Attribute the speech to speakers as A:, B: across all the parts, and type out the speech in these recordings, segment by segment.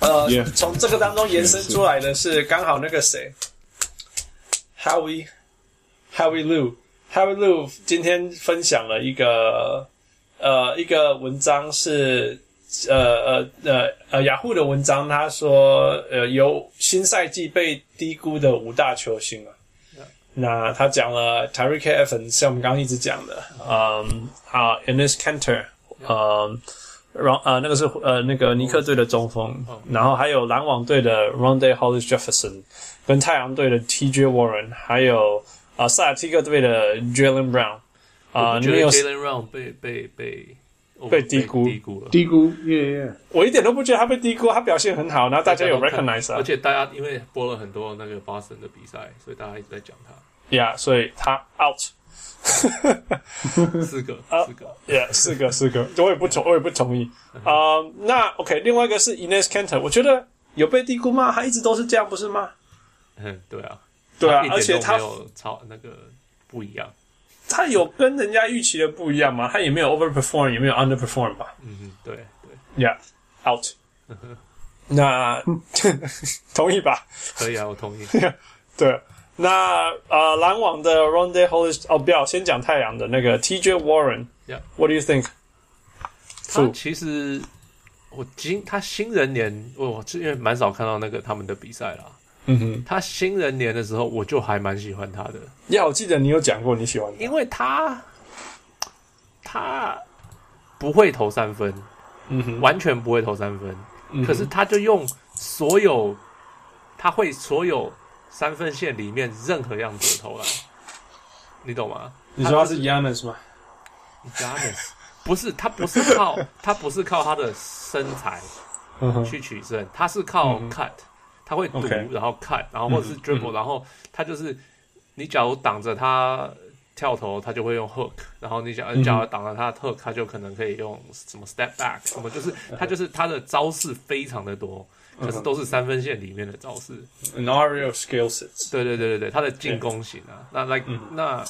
A: 呃
B: Yeah.
A: 从这个当中延伸出来的是刚好那个谁，Howie Howie Lu Howie Lu 今天分享了一个呃一个文章是。呃呃呃呃，雅虎的文章他说，呃，由新赛季被低估的五大球星啊，那他讲了 Tyreek Evans，像我们刚刚一直讲的，嗯，啊 e n n i s Cantor，嗯，然呃那个是呃那个尼克队的中锋，
C: Oh
A: 然后还有篮网队的 Ronde Hollis Jefferson，跟太阳队的 T.J. Warren，还有啊、呃塞尔提克队的 Jalen Brown，啊、
C: 我
A: 你
C: 觉得
A: 有
C: Jalen Brown 被被被
A: 被低估
C: 低估了，
B: 低估，yeah yeah，
A: 我一点都不觉得他被低估，他表现很好，然后大家有
C: 都看
A: recognize 啊他
C: 而且大家因为播了很多那个 Boston 的比赛，所以大家一直在讲他
A: ，Yeah，所以他 out。
C: 四个
A: 啊
C: 四个，
A: Yeah，四个四个，我也不同，我也不同意。
C: 嗯
A: 啊、那 OK，另外一个是 Ines Cantor，我觉得有被低估吗？他一直都是这样，不是吗？
C: 嗯，对啊，
A: 对啊
C: 一，点
A: 而且
C: 都
A: 他
C: 没有超那个不一样，
A: 他有跟人家预期的不一样嘛，他也没有 overperform，也没有 underperform 吧
C: 嗯哼，对对，
A: ？Yeah，out。那 同意吧？
C: 可以啊，我同意，
A: 对，那呃，篮网的 Ronde Hollis 哦，不要先讲太阳的那个 TJ Warren。
C: Yeah
A: What do you think？
C: 他
A: Fu
C: 其实我今他新人年，我我因为蛮少看到那个他们的比赛啦。
A: 嗯哼，
C: 他新人年的时候，我就还蛮喜欢他的，
A: 呀，我记得你有讲过你喜欢他
C: 因为他他不会投三分，
A: 嗯哼，
C: 完全不会投三分，
A: 嗯哼
C: 可是他就用所有他会所有三分线里面任何样子的投篮，你懂吗？
A: 你说他是 Yanis 吗？
C: Giannis 不是他不是靠他不是靠他的身材
A: 嗯哼，
C: 去取胜，他是靠
A: 嗯
C: cut，、他会堵
A: OK 嗯
C: 然后 cut，然后或者是 dribble，、然后他就是你假如挡着他跳投，他就会用 hook，然后你假
A: 嗯
C: 如假如挡着他的 hook，他就可能可以用什么 step back，什么就是他就是他的招式非常的多，
A: 嗯
C: 可是都是三分线里面的招式。
A: an area of skill sets.
C: 对对对对对，他的进攻型啊，那 like、那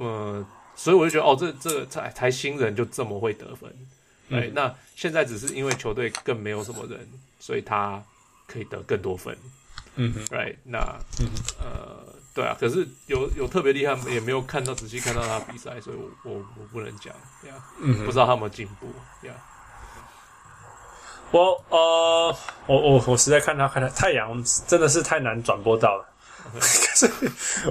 A: 嗯
C: 呃，所以我就觉得哦，这这才才新人就这么会得分，
A: 嗯
C: 对，那现在只是因为球队更没有什么人，所以他可以得更多分，
A: 嗯哼，嗯
C: right？那、呃，对啊，可是有有特别厉害，也没有看到仔细看到他比赛，所以我我我不能讲，yeah，、不
A: 嗯
C: 知道他有没有进步，yeah。
A: 我呃，我我我实在看他看他太阳真的是太难转播到了， 可是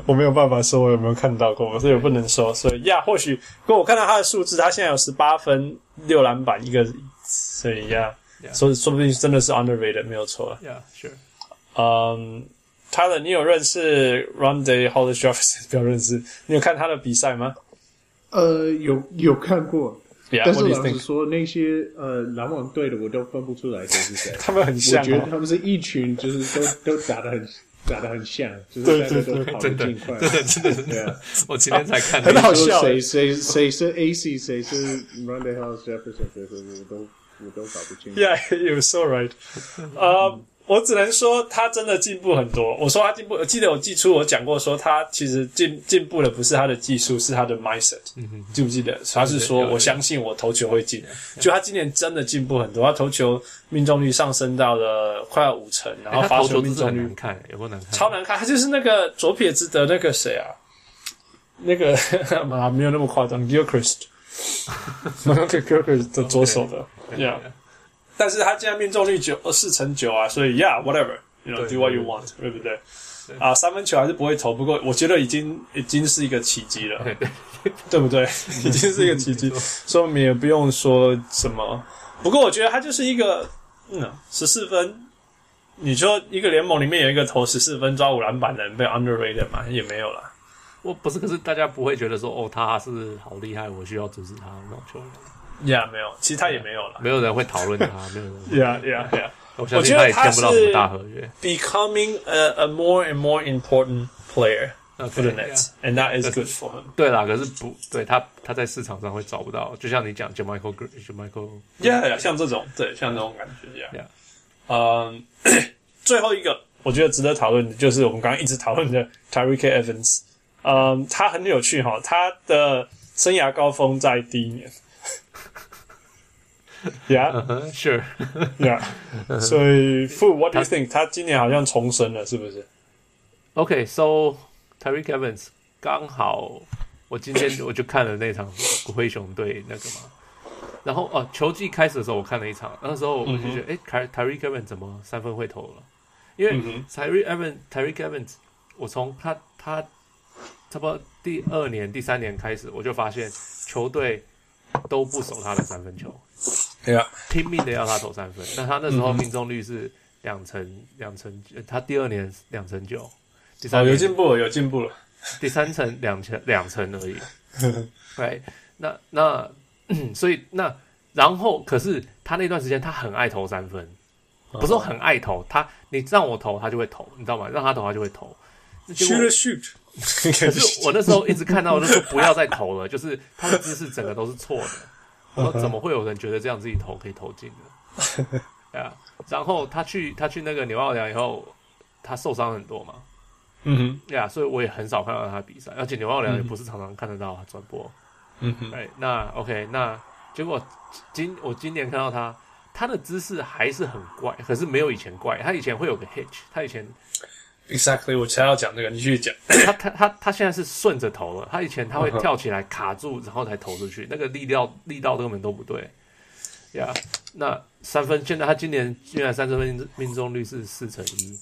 A: 我没有办法说我有没有看到过，我所以我不能说。所以呀，或许跟我看到他的数字，他现在有十八分、六篮板一个，所以呀
C: Yeah
A: 所以说不定真的是 underrated 没有错。
C: Yeah, sure.
A: 嗯，他的你有认识 Ronde Hollis Jefferson 不要认识？你有看他的比赛吗
B: 呃，有有看过，
A: ？Yeah,
B: 但是
A: what do
B: 老
A: you
B: 实
A: think？
B: 说，那些呃篮网队的我都分不出来谁是谁。
A: 他们很像、
B: 我觉得
A: 哦，
B: 他们是一群，就是都都打得很打得很像，就是
A: 对
B: 大家
A: 对
B: 都
A: 对
B: 跑得
C: 真的，
B: 尽
C: 真
B: 快。
C: 的，真的，真
B: 对啊
C: 的， 我今天才看到，
A: 很好
B: 说
A: 笑
B: 谁谁谁是 AC，谁是 Runde House Jefferson，谁是我都我都搞不清 楚。
A: Yeah, you're so right. 呃，我只能说他真的进步很多。我说他进步，我记得我记出我讲过说他其实进进步的不是他的技术，是他的 mindset。记
C: 嗯
A: 不记得？他是说
C: 有有
A: 我相信我投球会进。就他今年真的进步很多，他投球命中率上升到了快要五成，然后
C: 哎他
A: 罚
C: 投
A: 球
C: 球
A: 命
C: 真的
A: 中
C: 很
A: 率
C: 难看，有够难看，
A: 超难看。他就是那个左撇子的那个谁啊？那个 嘛没有那么夸张，Gilchrist，那个 Gilchrist 的左手的 y e a h 但是他现在命中率九四成九啊，所以 yeah whatever，you know
C: 对
A: do what you want，对不对？啊，三分球还是不会投，不过我觉得已经已经是一个奇迹了，
C: 对对
A: 对 不对？已经是一个奇迹，所以我们也不用说什么。不过我觉得他就是一个，嗯，十四分。你说一个联盟里面有一个投十四分抓五篮板的人被 underrated 嘛？也没有啦。
C: 我不是，可是大家不会觉得说哦，他是好厉害，我需要阻止他那种球员，
A: Yeah，没有，其实他也没有啦。
C: 没有人会讨论他，没有人会。
A: Yeah, yeah, yeah.
C: 我相信他也签不到什么大合约。
A: Becoming a, a more and more important player for the
C: Okay,
A: Nets, and that is good for him.
C: 对啦，可是不对，他他在市场上会找不到，就像你讲 j a m i c a e l j a m i c a e
A: Yeah, yeah，像这种，对，像这种感觉一
C: Yeah.
A: 样。嗯， 最后一个我觉得值得讨论的就是我们刚刚一直讨论的 Tyreek Evans。嗯，他很有趣哈，他的生涯高峰在第一年， Yeah,
C: 嗯，Sure，
A: yeah. 所以 f o o What do you think？他今年好像重生了，是不是？
C: OK，so、Tyreek Evans 刚好，我今天我就看了那场灰熊队那个嘛，然后哦、球季开始的时候我看了一场，那时候我就觉得，哎、凯 Tyreek Evans 怎么三分会投了？因为
A: 嗯哼
C: Tyreek Evans、Tyreek Evans，我从他他差不多第二年、第三年开始，我就发现球队都不守他的三分球，
A: Yeah，
C: 拼命的要他投三分。那他那时候命中率是两成两成，呃他第二年两成九，第
A: 哦，
C: 三
A: 有
C: 年
A: 进步了，有进步了。
C: 第三层两层两层而已。对，那那、 嗯所以那然后可是他那段时间他很爱投三分，不是说很爱投，他你让我投他就会投，你知道吗？让他投他就会投。那结果
A: Shoot a shoot。可
C: 可是我那时候一直看到，我就说不要再投了，就是他的姿势整个都是错的。我说怎么会有人觉得这样自己投可以投进呢？对啊，然后他去他去那个纽奥良以后，他受伤很多嘛，
A: 嗯哼，
C: 对啊，所以我也很少看到他比赛，而且纽奥良也不是常常看得到他转播。
A: 嗯哼，
C: 哎、那 OK，那结果今我今年看到他，他的姿势还是很怪，可是没有以前怪。他以前会有个 hitch，他以前
A: Exactly，我才要讲这个，你继续讲。
C: 他他他他现在是顺着投了，他以前他会跳起来卡住，然后才投出去，那个力道力道根本都不对。呀、那三分现在他今年居然三分命中率是四成一，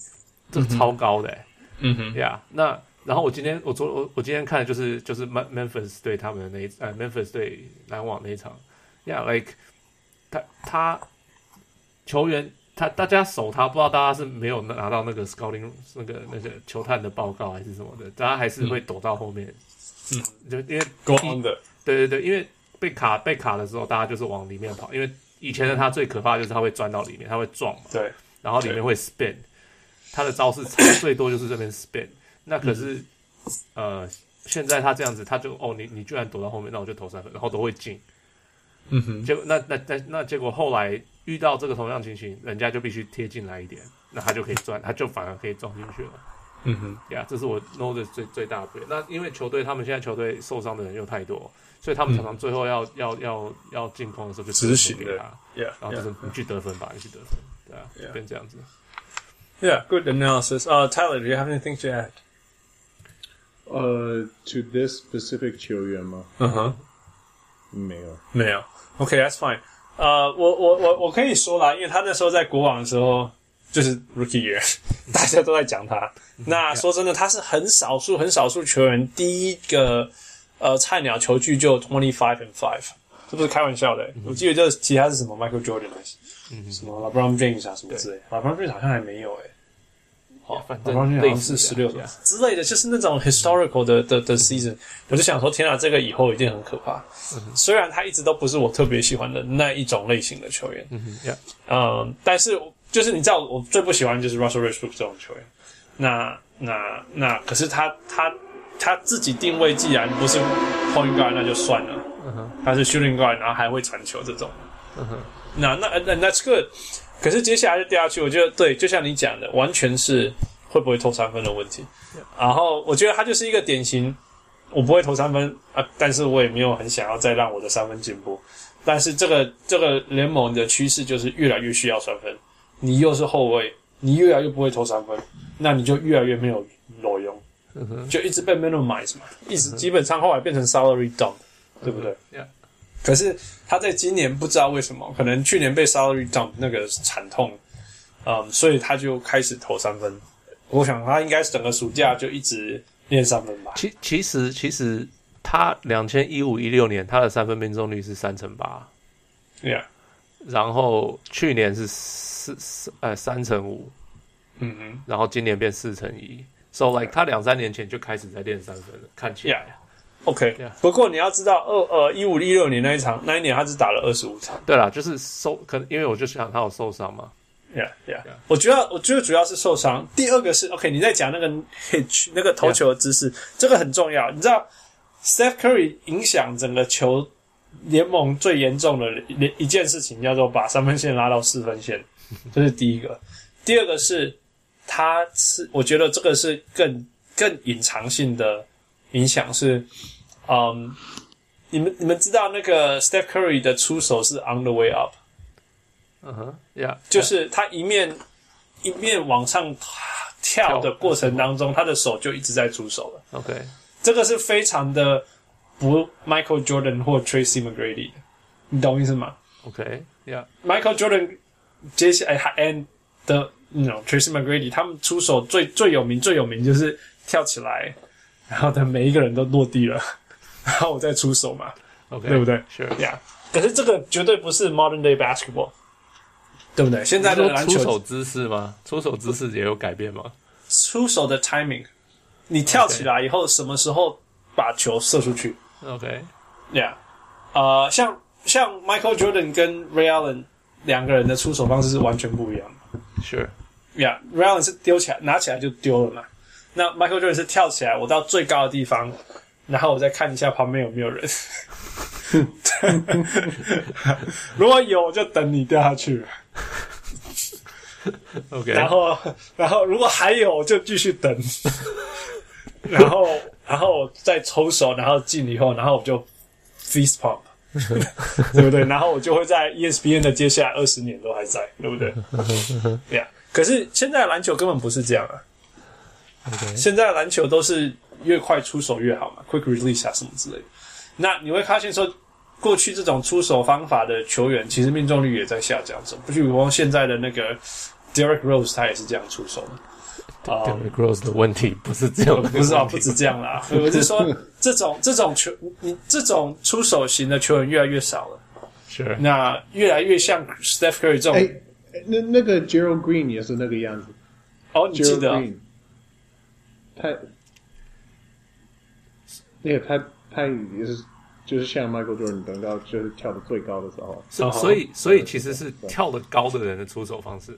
C: 这个超高的、欸。
A: 嗯哼，
C: 呀、那然后我今天我昨我我今天看的就是就是 Man- Memphis 对他们的那一呃 Memphis 对篮网那一场，Yeah，like 他他球员他大家守他，不知道大家是没有拿到那个 scouting 那个那个球探的报告还是什么的，大家还是会躲到后面，嗯，就因为
A: 光的。
C: 对对对，因为被卡被卡的时候，大家就是往里面跑，因为以前的他最可怕就是他会钻到里面，他会撞嘛。
A: 对，
C: 然后里面会 spin，他的招式最多就是这边 spin。那可是、
A: 嗯
C: 呃，现在他这样子，他就哦，你你居然躲到后面，那我就投三分，然后都会进。
A: 嗯哼，
C: 结果那那那那结果后来遇到这个同样情形，人家就必须贴进来一点，那他就可以钻，他就反而可以撞进去了。
A: 嗯哼，
C: 呀、这是我 know 的最最大的不便。那因为球队他们现在球队受伤的人又太多，所以他们常常最后要、要要要进攻的时候就
A: 嗯执行
C: 给
A: 的
C: 他，
A: Yeah，
C: 然后就是你去得分吧，你去得分，对啊，就
A: Yeah
C: 变这样子。
A: yeah, yeah, good analysis. Uh, Tyler, do you have anything to add?
B: Uh, to this specific 球员吗？
A: 嗯哼。
B: 没有。
A: 没有。OK，that's、fine。呃，我我我我可以说啦，因为他那时候在国网的时候就是 rookie year，大 家都在讲他。那说真的，他是很少数很少数球员第一个呃菜鸟球具就 twenty five and five，这不是开玩笑的、我记得这其他是什么 Michael Jordan 还是、什么 LeBron James 啊什么之类的，LeBron James 好像还没有哎、
C: 好，反
A: 好像
C: 正
A: 好
C: 类
A: 像
C: 似
A: 是
C: 的
A: 十六
C: yeah
A: 之类的，就是那种 historical 的的的 season，我就想说，天啊，这个以后一定很可怕。虽然他一直都不是我特别喜欢的那一种类型的球员，
C: Yeah，
A: 嗯，但是我就是你知道，我最不喜欢就是 Russell Westbrook 这种球员。那那那，可是他他他自己定位既然不是 point guard，那就算了，他是 shooting guard，然后还会传球这种。那那那 that's good。可是接下来就掉下去，我觉得对，就像你讲的，完全是会不会投三分的问题。然后我觉得他就是一个典型，我不会投三分啊，但是我也没有很想要再让我的三分进步。但是这个这个联盟的趋势就是越来越需要三分，你又是后卫，你越来越不会投三分，那你就越来越没有裸用，
C: 嗯
A: 就一直被 minimize 嘛，一直基本上后来变成 salary dump，对不对？
C: Yeah
A: 可是他在今年不知道为什么，可能去年被 salary dump 那个惨痛，嗯，所以他就开始投三分。我想他应该是整个暑假就一直练三分吧。
C: 其其实其实他两千一五一六年他的三分命中率是三成八，
A: Yeah，
C: 然后去年是四四呃三成五，
A: 嗯哼
C: 然后今年变四成一。So like 他两三年前就开始在练三分了，看起来。
A: ，OK。
C: Yeah
A: 不过你要知道，二呃一五一六年那一场，那一年他只打了二十五场。
C: 对啦，就是受可能因为我就想他有受伤嘛。
A: Yeah, yeah. 我觉得，我觉得主要是受伤。第二个是 OK，你在讲那个 hitch 那个投球的姿势这个很重要。你知道，Steph Curry 影响整个球联盟最严重的一一件事情，叫做把三分线拉到四分线，这是第一个。第二个是，他是我觉得这个是更更隐藏性的影响是，嗯，你们你们知道那个 Steph Curry 的出手是 on the way up，
C: 嗯哼，Yeah，
A: 就是他一面一面往上跳的过程当中，他的手就一直在出手了。
C: OK，
A: 这个是非常的不 Michael Jordan 或 Tracy McGrady 的，你懂我意思吗
C: OK，Yeah，
A: ？Michael Jordan 接下来 and 的那种 Tracy McGrady，他们出手最最有名最有名就是跳起来，然后等每一个人都落地了， 然后我再出手嘛。
C: OK，
A: 对不对
C: ？Sure，
A: Yeah，可是这个绝对不是 modern day basketball，对不对？现在的
C: 说
A: 篮
C: 出
A: 球
C: 手姿势吗？出手姿势也有改变吗？
A: 出手的 timing，你跳起来以后什么时候把球射出去
C: OK，
A: ？Yeah，呃，像像 Michael Jordan 跟 Ray Allen 两个人的出手方式是完全不一样的。
C: Sure，
A: Yeah，Ray Allen 是丢起来拿起来就丢了嘛，那 Michael Jordan 是跳起来，我到最高的地方，然后我再看一下旁边有没有人。 如果有，我就等你掉下去了。
C: OK，
A: 然后，然后如果还有就继续等， 然后，然后再抽手，然后进以后，然后我就 fist pump，对不对？然后我就会在 E ESPN 的接下来二十年都还在，对不对？对呀。可是现在的篮球根本不是这样啊
C: OK
A: 现在的篮球都是越快出手越好嘛，quick release 啊什么之类的。那你会发现说，过去这种出手方法的球员，其实命中率也在下降中。不比如现在的那个 Derek Rose，他也是这样出手 的。啊、
C: Derrick Rose 的问题不是这样的问题，
A: 不是啊，不止这样 啦。我是说，这种这种球，你这种出手型的球员越来越少了。
C: Sure，
A: 那越来越像 Steph Curry 这种，
B: 哎，那那个 Gerald Green 也是那个样子
A: 哦，你记
B: ，Gerald
A: 得啊
B: Green，他那个他他也是就是像 Michael Jordan 等到就是跳的最高的时候，
C: 所所以所以其实是跳得高的人的出手方式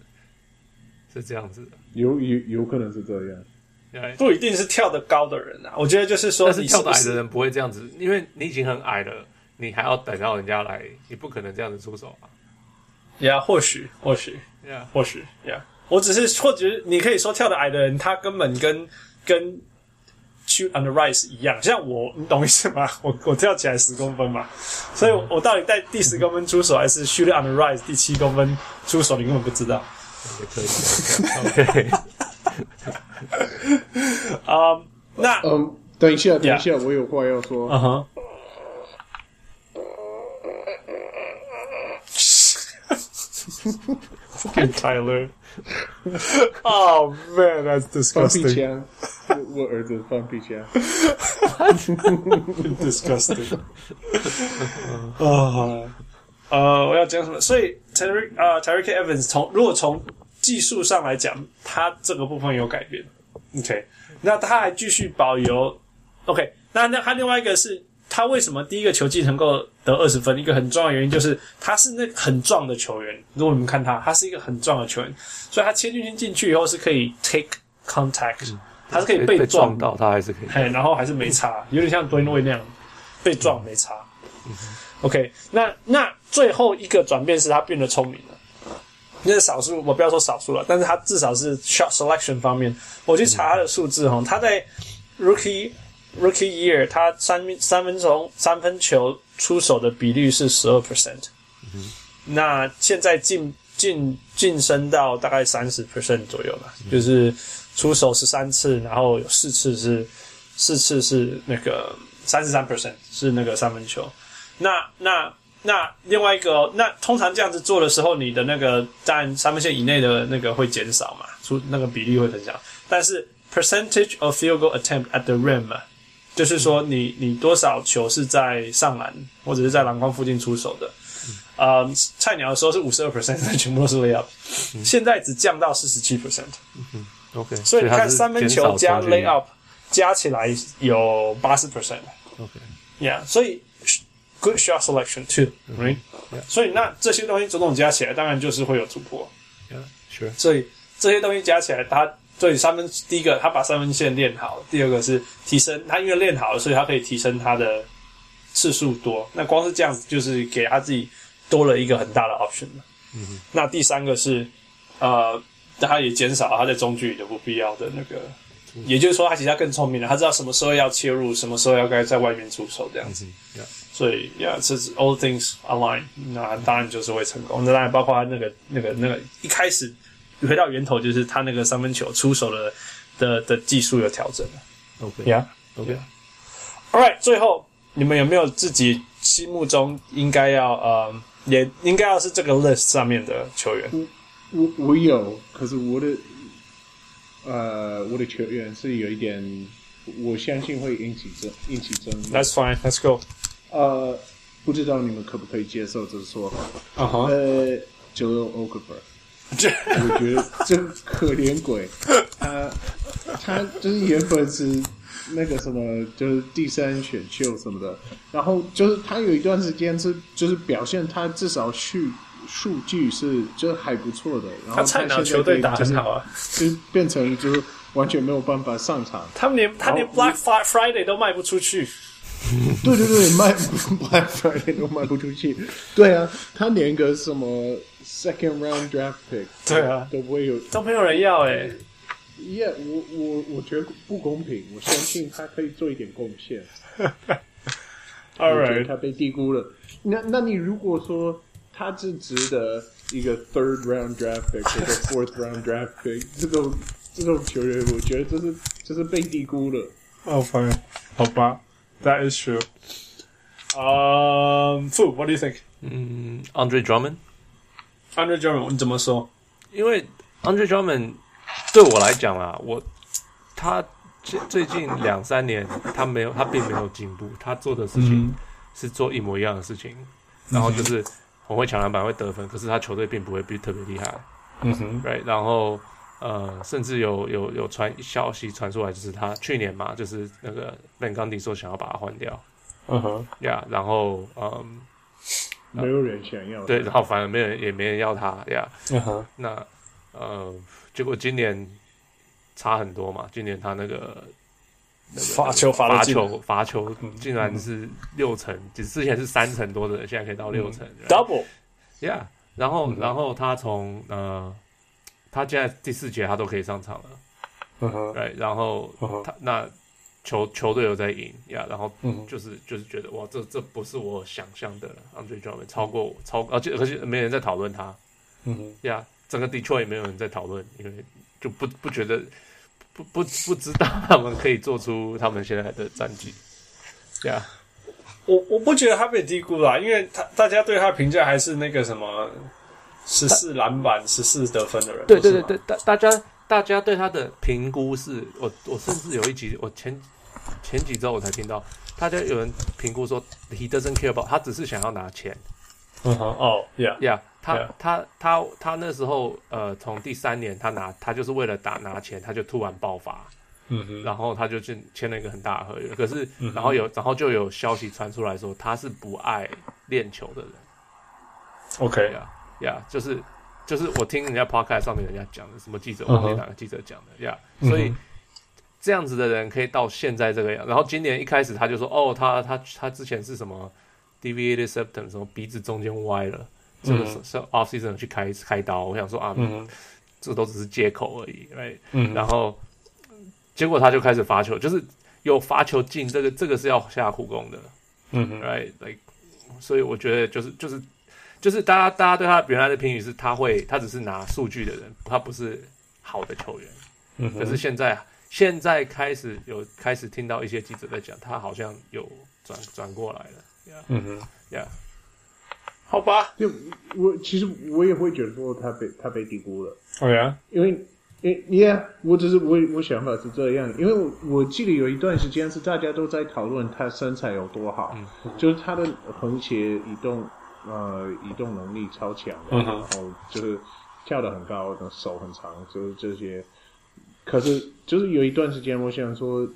C: 是这样子的。
B: 有有有可能是这样。
C: 对
A: 不一定是跳得高的人啊。我觉得就是说
C: 但是
A: 你
C: 跳
A: 是不
C: 得矮
A: 是，
C: 的人不会这样子，因为你已经很矮了，你还要等到人家来，你不可能这样子出手啊。
A: 呀，或许，或许，
C: Yeah，
A: 或许呀。我只是或许你可以说跳得矮的人，他根本跟跟 shoot on the rise 一样，像我，你懂意思吗？ 我我跳起来十公分嘛，所以我我到底在第十公分出手，还是 shoot on the rise 第七公分出手，你根本不知道。
C: 也可以。OK，
A: 那
B: 嗯，等一下，等一下，我有话要说。
A: 嗯哼，Fucking Tyler. oh man, that's
B: 放屁
A: disgusting.
B: 枪，我我儿子放屁枪。
A: disgusting. 啊，呃，我要讲什么？所以 Terry 啊、t e r r y K Evans 从如果从技术上来讲，他这个部分有改变。OK，那他还继续保留。OK，那那他另外一个是他为什么第一个球季能够得二十分？一个很重要的原因就是他是那个很壮的球员。如果你们看他，他是一个很壮的球员，所以他切进去进去以后是可以 take contact，、他是可以
C: 嗯被
A: 撞
C: 撞到他还是可以。
A: 哎，然后还是没差，有点像多诺那样被撞没差。OK，那那最后一个转变是他变得聪明了，那是少数，我不要说少数了，但是他至少是 shot selection 方面，我去查他的数字哈，他在 rookie rookie year 他三三分钟三分球出手的比率是十二 percent，那现在进进晋升到大概三十 percent 左右吧，就是出手十三次，然后有四次是四次是那个三十三 percent 是那个三分球。那那那另外一个哦、那通常这样子做的时候，你的那个占三分线以内的那个会减少嘛，出那个比例会很小。但是 percentage of field goal attempt at the rim 嘛就是说你你多少球是在上篮或者是在篮筐附近出手的。呃，菜鸟的时候是五十二 percent，全部都是 layup，、现在只降到四十七 percent。
C: OK，
A: 所以你
C: 他
A: 看
C: 是
A: 三分
C: 减少
A: 球加
C: 出去
A: layup 加起来有八十 percent。
C: OK，
A: Yeah，所以 sh- good shot selection too，right？、所
C: 嗯
A: 以那这些东西种种加起来，当然就是会有突破。
C: Yeah, Sure，
A: 所以这些东西加起来，他对三分第一个他把三分线练好，第二个是提升他因为练好了，所以他可以提升他的次数多。那光是这样子，就是给他自己多了一个很大的 option 了。嗯、那第三个是呃，他也减少他在中距离的不必要的那个
C: 出
A: 也就是说，他其实他更聪明了，他知道什么时候要切入，什么时候要该在外面出手这样子。
C: Yeah.
A: 所以，Yeah，这是 all things online，那当然就是会成功。那当然包括他那个、那个、那个一开始回到源头，就是他那个三分球出手的的的技术有调整了。
C: OK
A: Yeah。
C: OK，
A: All right，最后你们有没有自己心目中应该要呃，也应该要是这个 list 上面的球员？
B: 我我有，可是我的呃我的球员是有一点，我相信会引起争引起争议。
A: That's fine. Let's go.
B: 呃，不知道你们可不可以接受这个说法？
A: 啊哈，
B: 呃，Joel Okafor，我觉得这个可怜鬼， 他他就是原本是那个什么，就是第三选秀什么的，然后就是他有一段时间是就是表现他至少数数据是就是还不错的，然后
A: 他菜
B: 现
A: 鸟
B: 在
A: 球队
B: 被
A: 打
B: 就是
A: 很好啊，
B: 就是变成就是完全没有办法上场。
A: 他们连他连
B: 好
A: Black Fri- Friday 都卖不出去。
B: 对对对，卖 Black Friday 都卖不出去。对啊，他连个什么 second round draft pick
A: 对啊，
B: 都不会有。
A: 都没有人要哎、
B: 耶、我我我觉得不公平，我相信他可以做一点贡献。
A: All
B: 我觉得
A: right，
B: 他被低估了。那那你如果说他是值得一个 third round draft pick 或 者 fourth round draft pick 这种这种球员，我觉得这是这是被低估了。
A: 哦、oh,，fine，好吧，That is true。嗯、um,，Fu, what do you think?
C: 嗯，Andre Drummond，
A: Andre Drummond，你怎么说？
C: 因为 Andre Drummond 对我来讲啦，我他最最近两三年他没有他并没有进步，他做的事情是做一模一样的事情，然后就是很会抢篮板，会得分，可是他球队并不会比特别厉害。
A: 嗯哼，
C: right？然后呃，甚至有有有传消息传出来，就是他去年嘛，就是那个 Ben 刚迪说想要把他换掉
A: 嗯哼，
C: 呀然后嗯，
A: 啊
B: 没有人想要他
C: 对，然后反而没有人也没人要他呀
A: 嗯哼，
C: 那呃，结果今年差很多嘛，今年他那个。那个
A: 罚球罚得
C: 罚
A: 进嗯
C: 球罚球竟然是六成，只之前是三成多的，现在可以到六成。right？
A: double，
C: Yeah，然后、然后他从呃，他现在第四节他都可以上场了，
A: 嗯哼，
C: 对，然后
A: 嗯哼
C: 他那球球队有在赢呀然后
A: 嗯哼
C: 就是就是觉得哇，这这不是我想象的 Andre Drummond 超过我超，而且而且没人在讨论他
A: 嗯哼，
C: 呀整个 Detroit 也没有人在讨论，因为就不不觉得不不不知道他们可以做出他们现在的战绩呀
A: 我我不觉得他被低估啦，因为他大家对他评价还是那个什么十四篮板、十四得分的人。
C: 对
A: 不
C: 对
A: 是
C: 对
A: 吗，
C: 对，大大家大家对他的评估是，我我甚至有一集，我前前几周我才听到，大家有人评估说，he doesn't care about，他只是想要拿钱
A: 嗯哼，哦，Yeah，
C: 呀、他
A: Yeah.
C: 他他他那时候呃，从第三年他拿他就是为了打拿钱，他就突然爆发，
A: 嗯哼，
C: 然后他就去签了一个很大的合约。可是
A: 嗯
C: 然后有然后就有消息传出来说他是不爱练球的人。
A: OK，
C: 呀呀，就是就是我听人家 podcast 上面人家讲的，什么记者，
A: 嗯哼
C: 忘记哪个记者讲的呀所以
A: 嗯
C: 这样子的人可以到现在这个样。然后今年一开始他就说，哦，他他他之前是什么 deviated septum，什么鼻子中间歪了，这个是是 off season 去开开刀。我想说啊，
A: 嗯哼，
C: 这都只是借口而已，right？
A: 嗯
C: 然
A: 哼，
C: 后结果他就开始罚球，就是有罚球进，这个这个是要下苦功的。
A: 嗯哼，
C: right？Like，所以我觉得就是就是就是大家大家对他原来的评语是他会他只是拿数据的人，他不是好的球员。
A: 嗯哼
C: 可是现在现在开始有开始听到一些记者在讲，他好像有转转过来了。
A: 嗯哼，
C: Yeah, yeah.
A: 好吧，
B: 就我其实我也会觉得说他被他被低估了。
A: 哦呀，
B: 因为，因因为我只是我我想法是这样，因为我我记得有一段时间是大家都在讨论他身材有多好，
A: 嗯
B: 就是他的横斜移动呃移动能力超强的，
A: 嗯哼
B: 然后就是跳得很高，然后手很长，就是这些。可是就是有一段时间，我想说，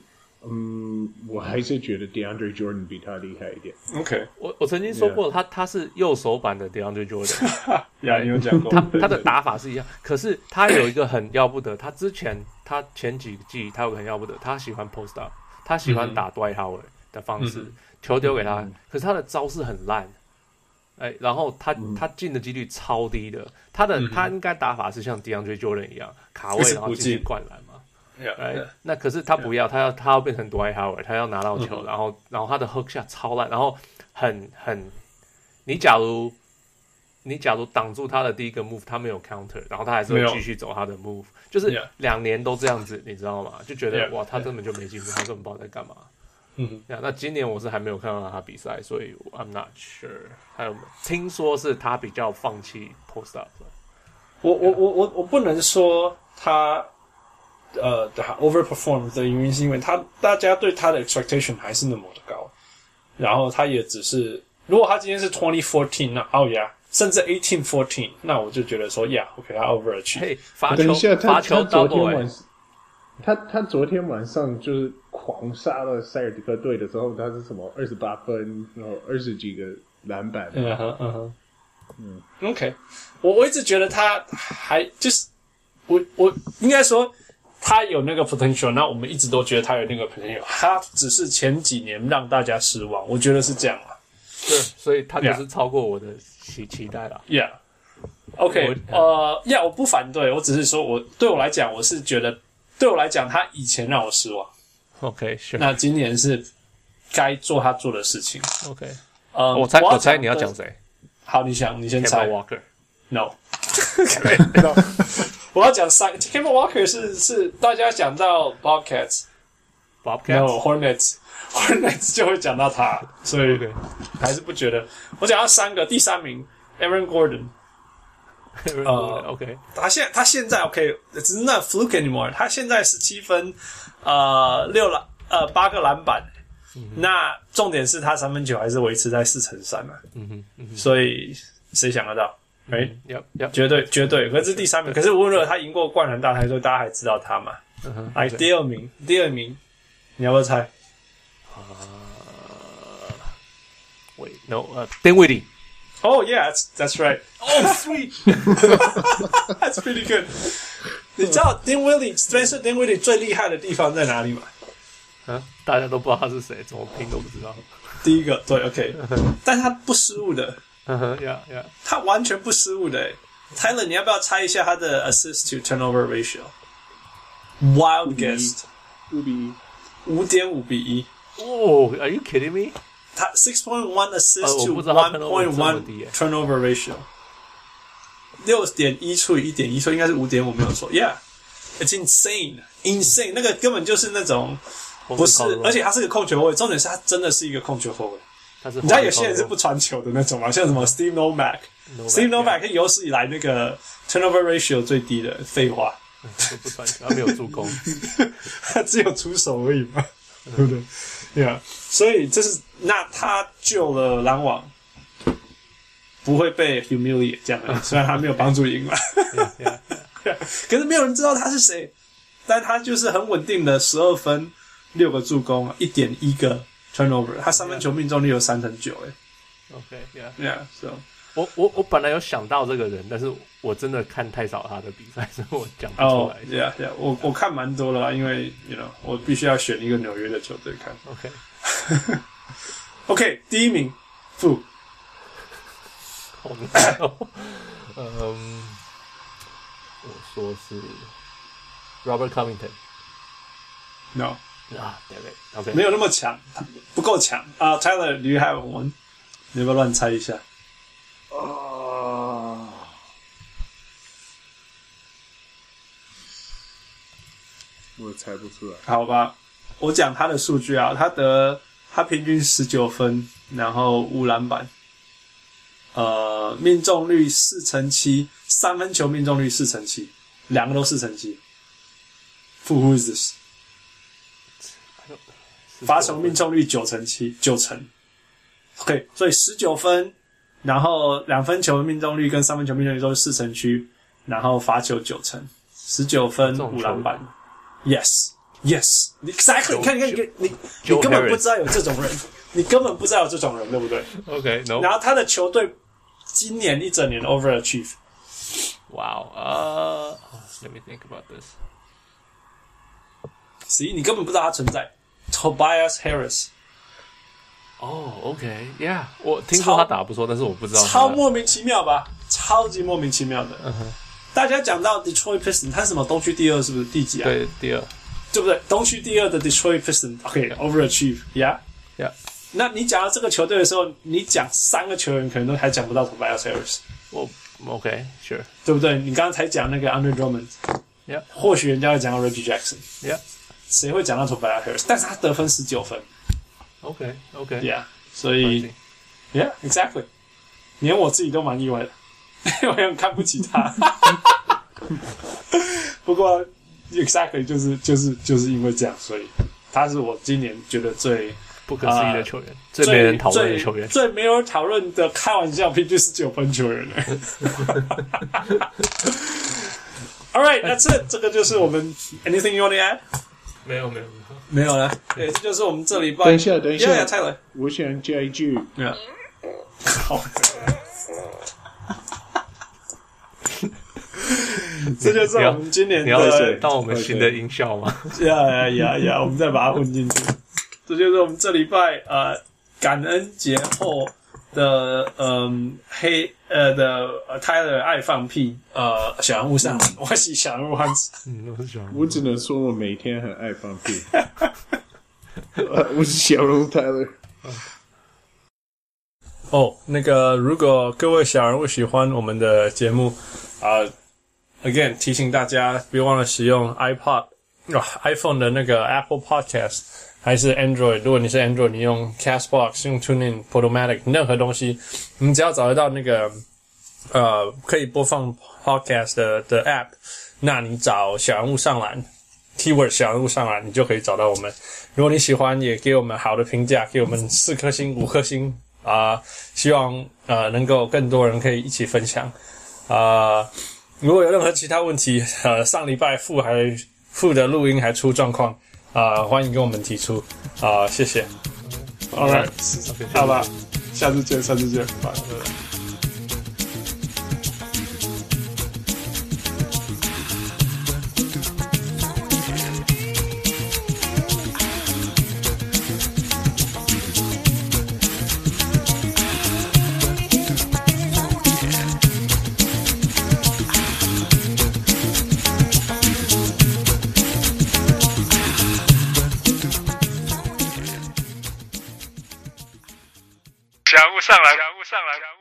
B: 嗯，我还是觉得 DeAndre Jordan 比他厉害一点。
A: ，OK，
C: 我我曾经说过他他是右手版的 DeAndre Jordan，
A: 呀，你有讲过，
C: 他 他的打法是一样，可是他有一个很要不得，他之前他前几季他有个很要不得，他喜欢 post up，他喜欢打 Dwight Howard 的方式，球丢给他，可是他的招式很烂，哎，然后他、他进的几率超低的，他的、他应该打法是像 DeAndre Jordan 嗯一样卡
A: 一
C: 位
A: 直
C: 然后
A: 不
C: 进去
A: 进
C: 灌篮嘛，
A: Yeah, yeah.
C: 哎，那可是他不要，他要他要变成 Dwight Howard，他要拿到
A: 嗯
C: 球，然后然后他的 hook shot 超烂，然后很很，你假如你假如挡住他的第一个 move，他没有 counter，然后他还是
A: 没
C: 会
A: 有
C: 继续走他的 move，就是
A: Yeah
C: 两年都这样子，你知道吗？就觉得
A: Yeah
C: 哇，他根本就没进步，他根本不知道在干嘛。
A: 嗯哼
C: 呀，那今年我是还没有看到他比赛，所以 I'm not sure。还有听说是他比较放弃 post up 了。
A: 我我我我我不能说他呃他 overperform 的原因是因为他大家对他的 expectation 还是那么的高，然后他也只是如果他今天是 twenty fourteen 那哦呀，甚至 eighteen fourteen，那我就觉得说呀，OK，他 overachieve。
C: 嘿，罚
B: 等
C: 球
B: 一下，他
C: 罚球
B: 他昨
C: double
B: 天
C: 哎、
B: 晚他他昨天晚上就是狂杀了塞尔迪克队的时候，他是什么二十八分，然后二十几个篮板，
A: 嗯哼嗯哼，嗯，OK，我我一直觉得他还就是我我应该说他有那个 potential，那我们一直都觉得他有那个 potential，他只是前几年让大家失望，我觉得是这样啊
C: 对， 啊所以他就
A: Yeah
C: 是超过我的期期待了。
A: ，Yeah。OK，
C: 我
A: 呃，呀、我不反对，我只是说我对我来讲，我是觉得对我来讲，他以前让我失望，
C: OK，是
A: 那今年是该做他做的事情。
C: OK。
A: 呃，
C: 我猜
A: 要
C: 我猜你要
A: 的
C: 讲，谁
A: 好，你想，你先猜
C: Kemba。Walker。
A: No，no. 我要讲三 k e m Walker 是是大家讲到 Bobcats，然后
C: Bobcats。
A: Hornets，Hornets 就会讲到他，所以
C: OK
A: 还是不觉得。我讲到三个，第三名 Aaron Gordon，呃
C: OK。
A: 他现他现在 OK，只是那 fluke anymore，他现在十七分，呃，六篮呃八个篮板。嗯那重点是他三分球还是维持在四乘三嘛，嗯哼，所以谁想得到？哎、
C: Yep Yep。
A: 绝对绝对，可是第三名，可是无论如何他赢过灌篮大赛，所以大家还知道他嘛。来
C: 嗯对
A: 第二名，第二名，你要不要猜？
C: Wait no 呃 Dinwiddie。
A: Oh yeah, that's that's right. Oh sweet, that's pretty good. 你知道 Dinwiddie Spencer Dinwiddie 最厉害的地方在哪里吗？
C: 啊，大家都不知道他是谁，怎么拼都不知道。
A: 第一个对，OK，但他不失误的，
C: 嗯哼，Yeah Yeah。
A: 他完全不失误的欸。Tyler，你要不要猜一下他的 assist to turnover ratio？Wild guess，
B: 五比一。
A: 五点五比一。
C: Oh, are you kidding me？
A: 他 six point one assist
C: 呃
A: to
C: 我不知道他
A: one
C: turnover
A: point
C: 这么
A: one
C: 低耶
A: turnover ratio，六点一除以一点一，所以应该是五点五，没有错。Yeah，it's insane, insane。那个根本就是那种不
C: 不
A: 是，而且他是个控球后卫，重点是他真的是一个控球后卫。
C: 他是
A: 你知道有些人是不传球的那种嘛，像什么 Steve Novak。Steve Novak 是有史以来那个 turnover ratio 最低的，废话，
C: 都不传球，他没有助 攻。
A: 他只有出手而已嘛，对不对？Yeah，所以这是那他救了篮网，不会被 humiliate 这样而已，虽然他没有帮助赢了，
C: Yeah, yeah.
A: 可是没有人知道他是谁，但他就是很稳定的十二分、六个助攻、啊一点一个 turnover，他三分球命中率有三成九，
C: OK Yeah。
A: 哎，Yeah，so
C: 我我我本来有想到这个人，但是我真的看太少他的比赛，所以我讲不出
A: 哦
C: 来。
A: ，Yeah，Yeah，我我看蛮多了，因为 you know 我必须要选一个纽约的球队看。
C: OK，
A: OK，第一名，负。
C: 好难哦。嗯，我说是 Robert Covington
A: No，
C: 啊，Damn it。OK，
A: 没有那么强，不够强啊。Tyler，你还有文，你要不要乱猜一下？
B: 啊，我猜不出来。
A: 好吧，我讲他的数据啊，他得他平均十九分，然后五篮板，呃，命中率四成七，三分球命中率四成七，两个都四成七。Who is this？
C: 是
A: 罚球命中率九成七，九成。OK，所以十九分，然后两分球命中率跟三分球命中率都是四成区，然后罚球九成，十九分
C: 这种球
A: 五篮板。Yes, yes, exactly 你看。你看，你看，你你
C: Joe
A: 你根本
C: Harris 哦
A: 不知道有这种人， 你根本不知道有这种人，对不 对？然
C: OK，No，
A: 后他的球队今年一整年 overachieve，
C: 哇哦，呃，Let me think about this。
A: 十一你根本不知道他存在。Tobias Harris，
C: 哦，OK，Yeah，我听说他打不错，但是我不知道他
A: 超莫名其妙吧？超级莫名
C: 嗯
A: 其妙的。大家讲到 Detroit Pistons，他什么东区第二是不是第几啊？
C: 对第二
A: 对不对？东区第二的 Detroit Pistons，OK，overachieve，yeah、
C: Yeah，
A: 那你讲到这个球队的时候，你讲三个球员可能都还讲不到 Tobias Harris，
C: 我 OK，sure，Yeah，Yeah，
A: 对不对？你刚才讲那个 Andre Drummond，
C: Yeah
A: 或许人家会讲到 Reggie Jackson，谁会讲到 Tobias Harris？但是他得分十九分
C: OK OK，
A: ，Yeah，所以 Yeah，exactly，连我自己都蛮意外的， 因为我很看不起他。 不过 exactly 就是就是就是因为这样，所以他是我今年觉得最。
C: 不可思议的球员，Uh，最没人讨论的球员，
A: 最最没有人讨论的开玩笑，平均是九分球员了。All
C: 哎
A: right，那这这个就是我们 anything you want to add？
C: 没有没有，
A: 没有了，对，这就是我们这礼拜。
B: 等一下等一下
A: 呀呀泰勒，
B: 我想加一句，
A: 好。这就是我们今年
C: 你要
A: 的
C: 当我们新的音效吗？
A: 呀呀呀呀！我们再把它混进去。这就是我们这礼拜呃感恩节后的嗯、黑呃的呃 Tyler 爱放屁呃小人物上， 我是小人物上。
C: 嗯，我是想，
B: 我只能说我每天很爱放屁。呃我是小龙泰勒，
A: 哦，那个如果各位小人物喜欢我们的节目啊、a g a i n 提醒大家别忘了使用 iPod 啊 iPhone 的那个 Apple Podcast 还是 Android，如果你是 Android，你用 Castbox、用 TuneIn、Podomatic 任何东西，你只要找得到那个呃可以播放 Podcast 的的 App，那你找小人物上篮。keyword 小人物上篮，你就可以找到我们。如果你喜欢，也给我们好的评价，给我们四颗星、五颗星啊、希望呃能够更多人可以一起分享啊、如果有任何其他问题，呃，上礼拜副还副的录音还出状况啊、欢迎跟我们提出啊、谢谢。All right，好吧，下次见，下次见，拜拜。
D: 小物上来，小物上来，小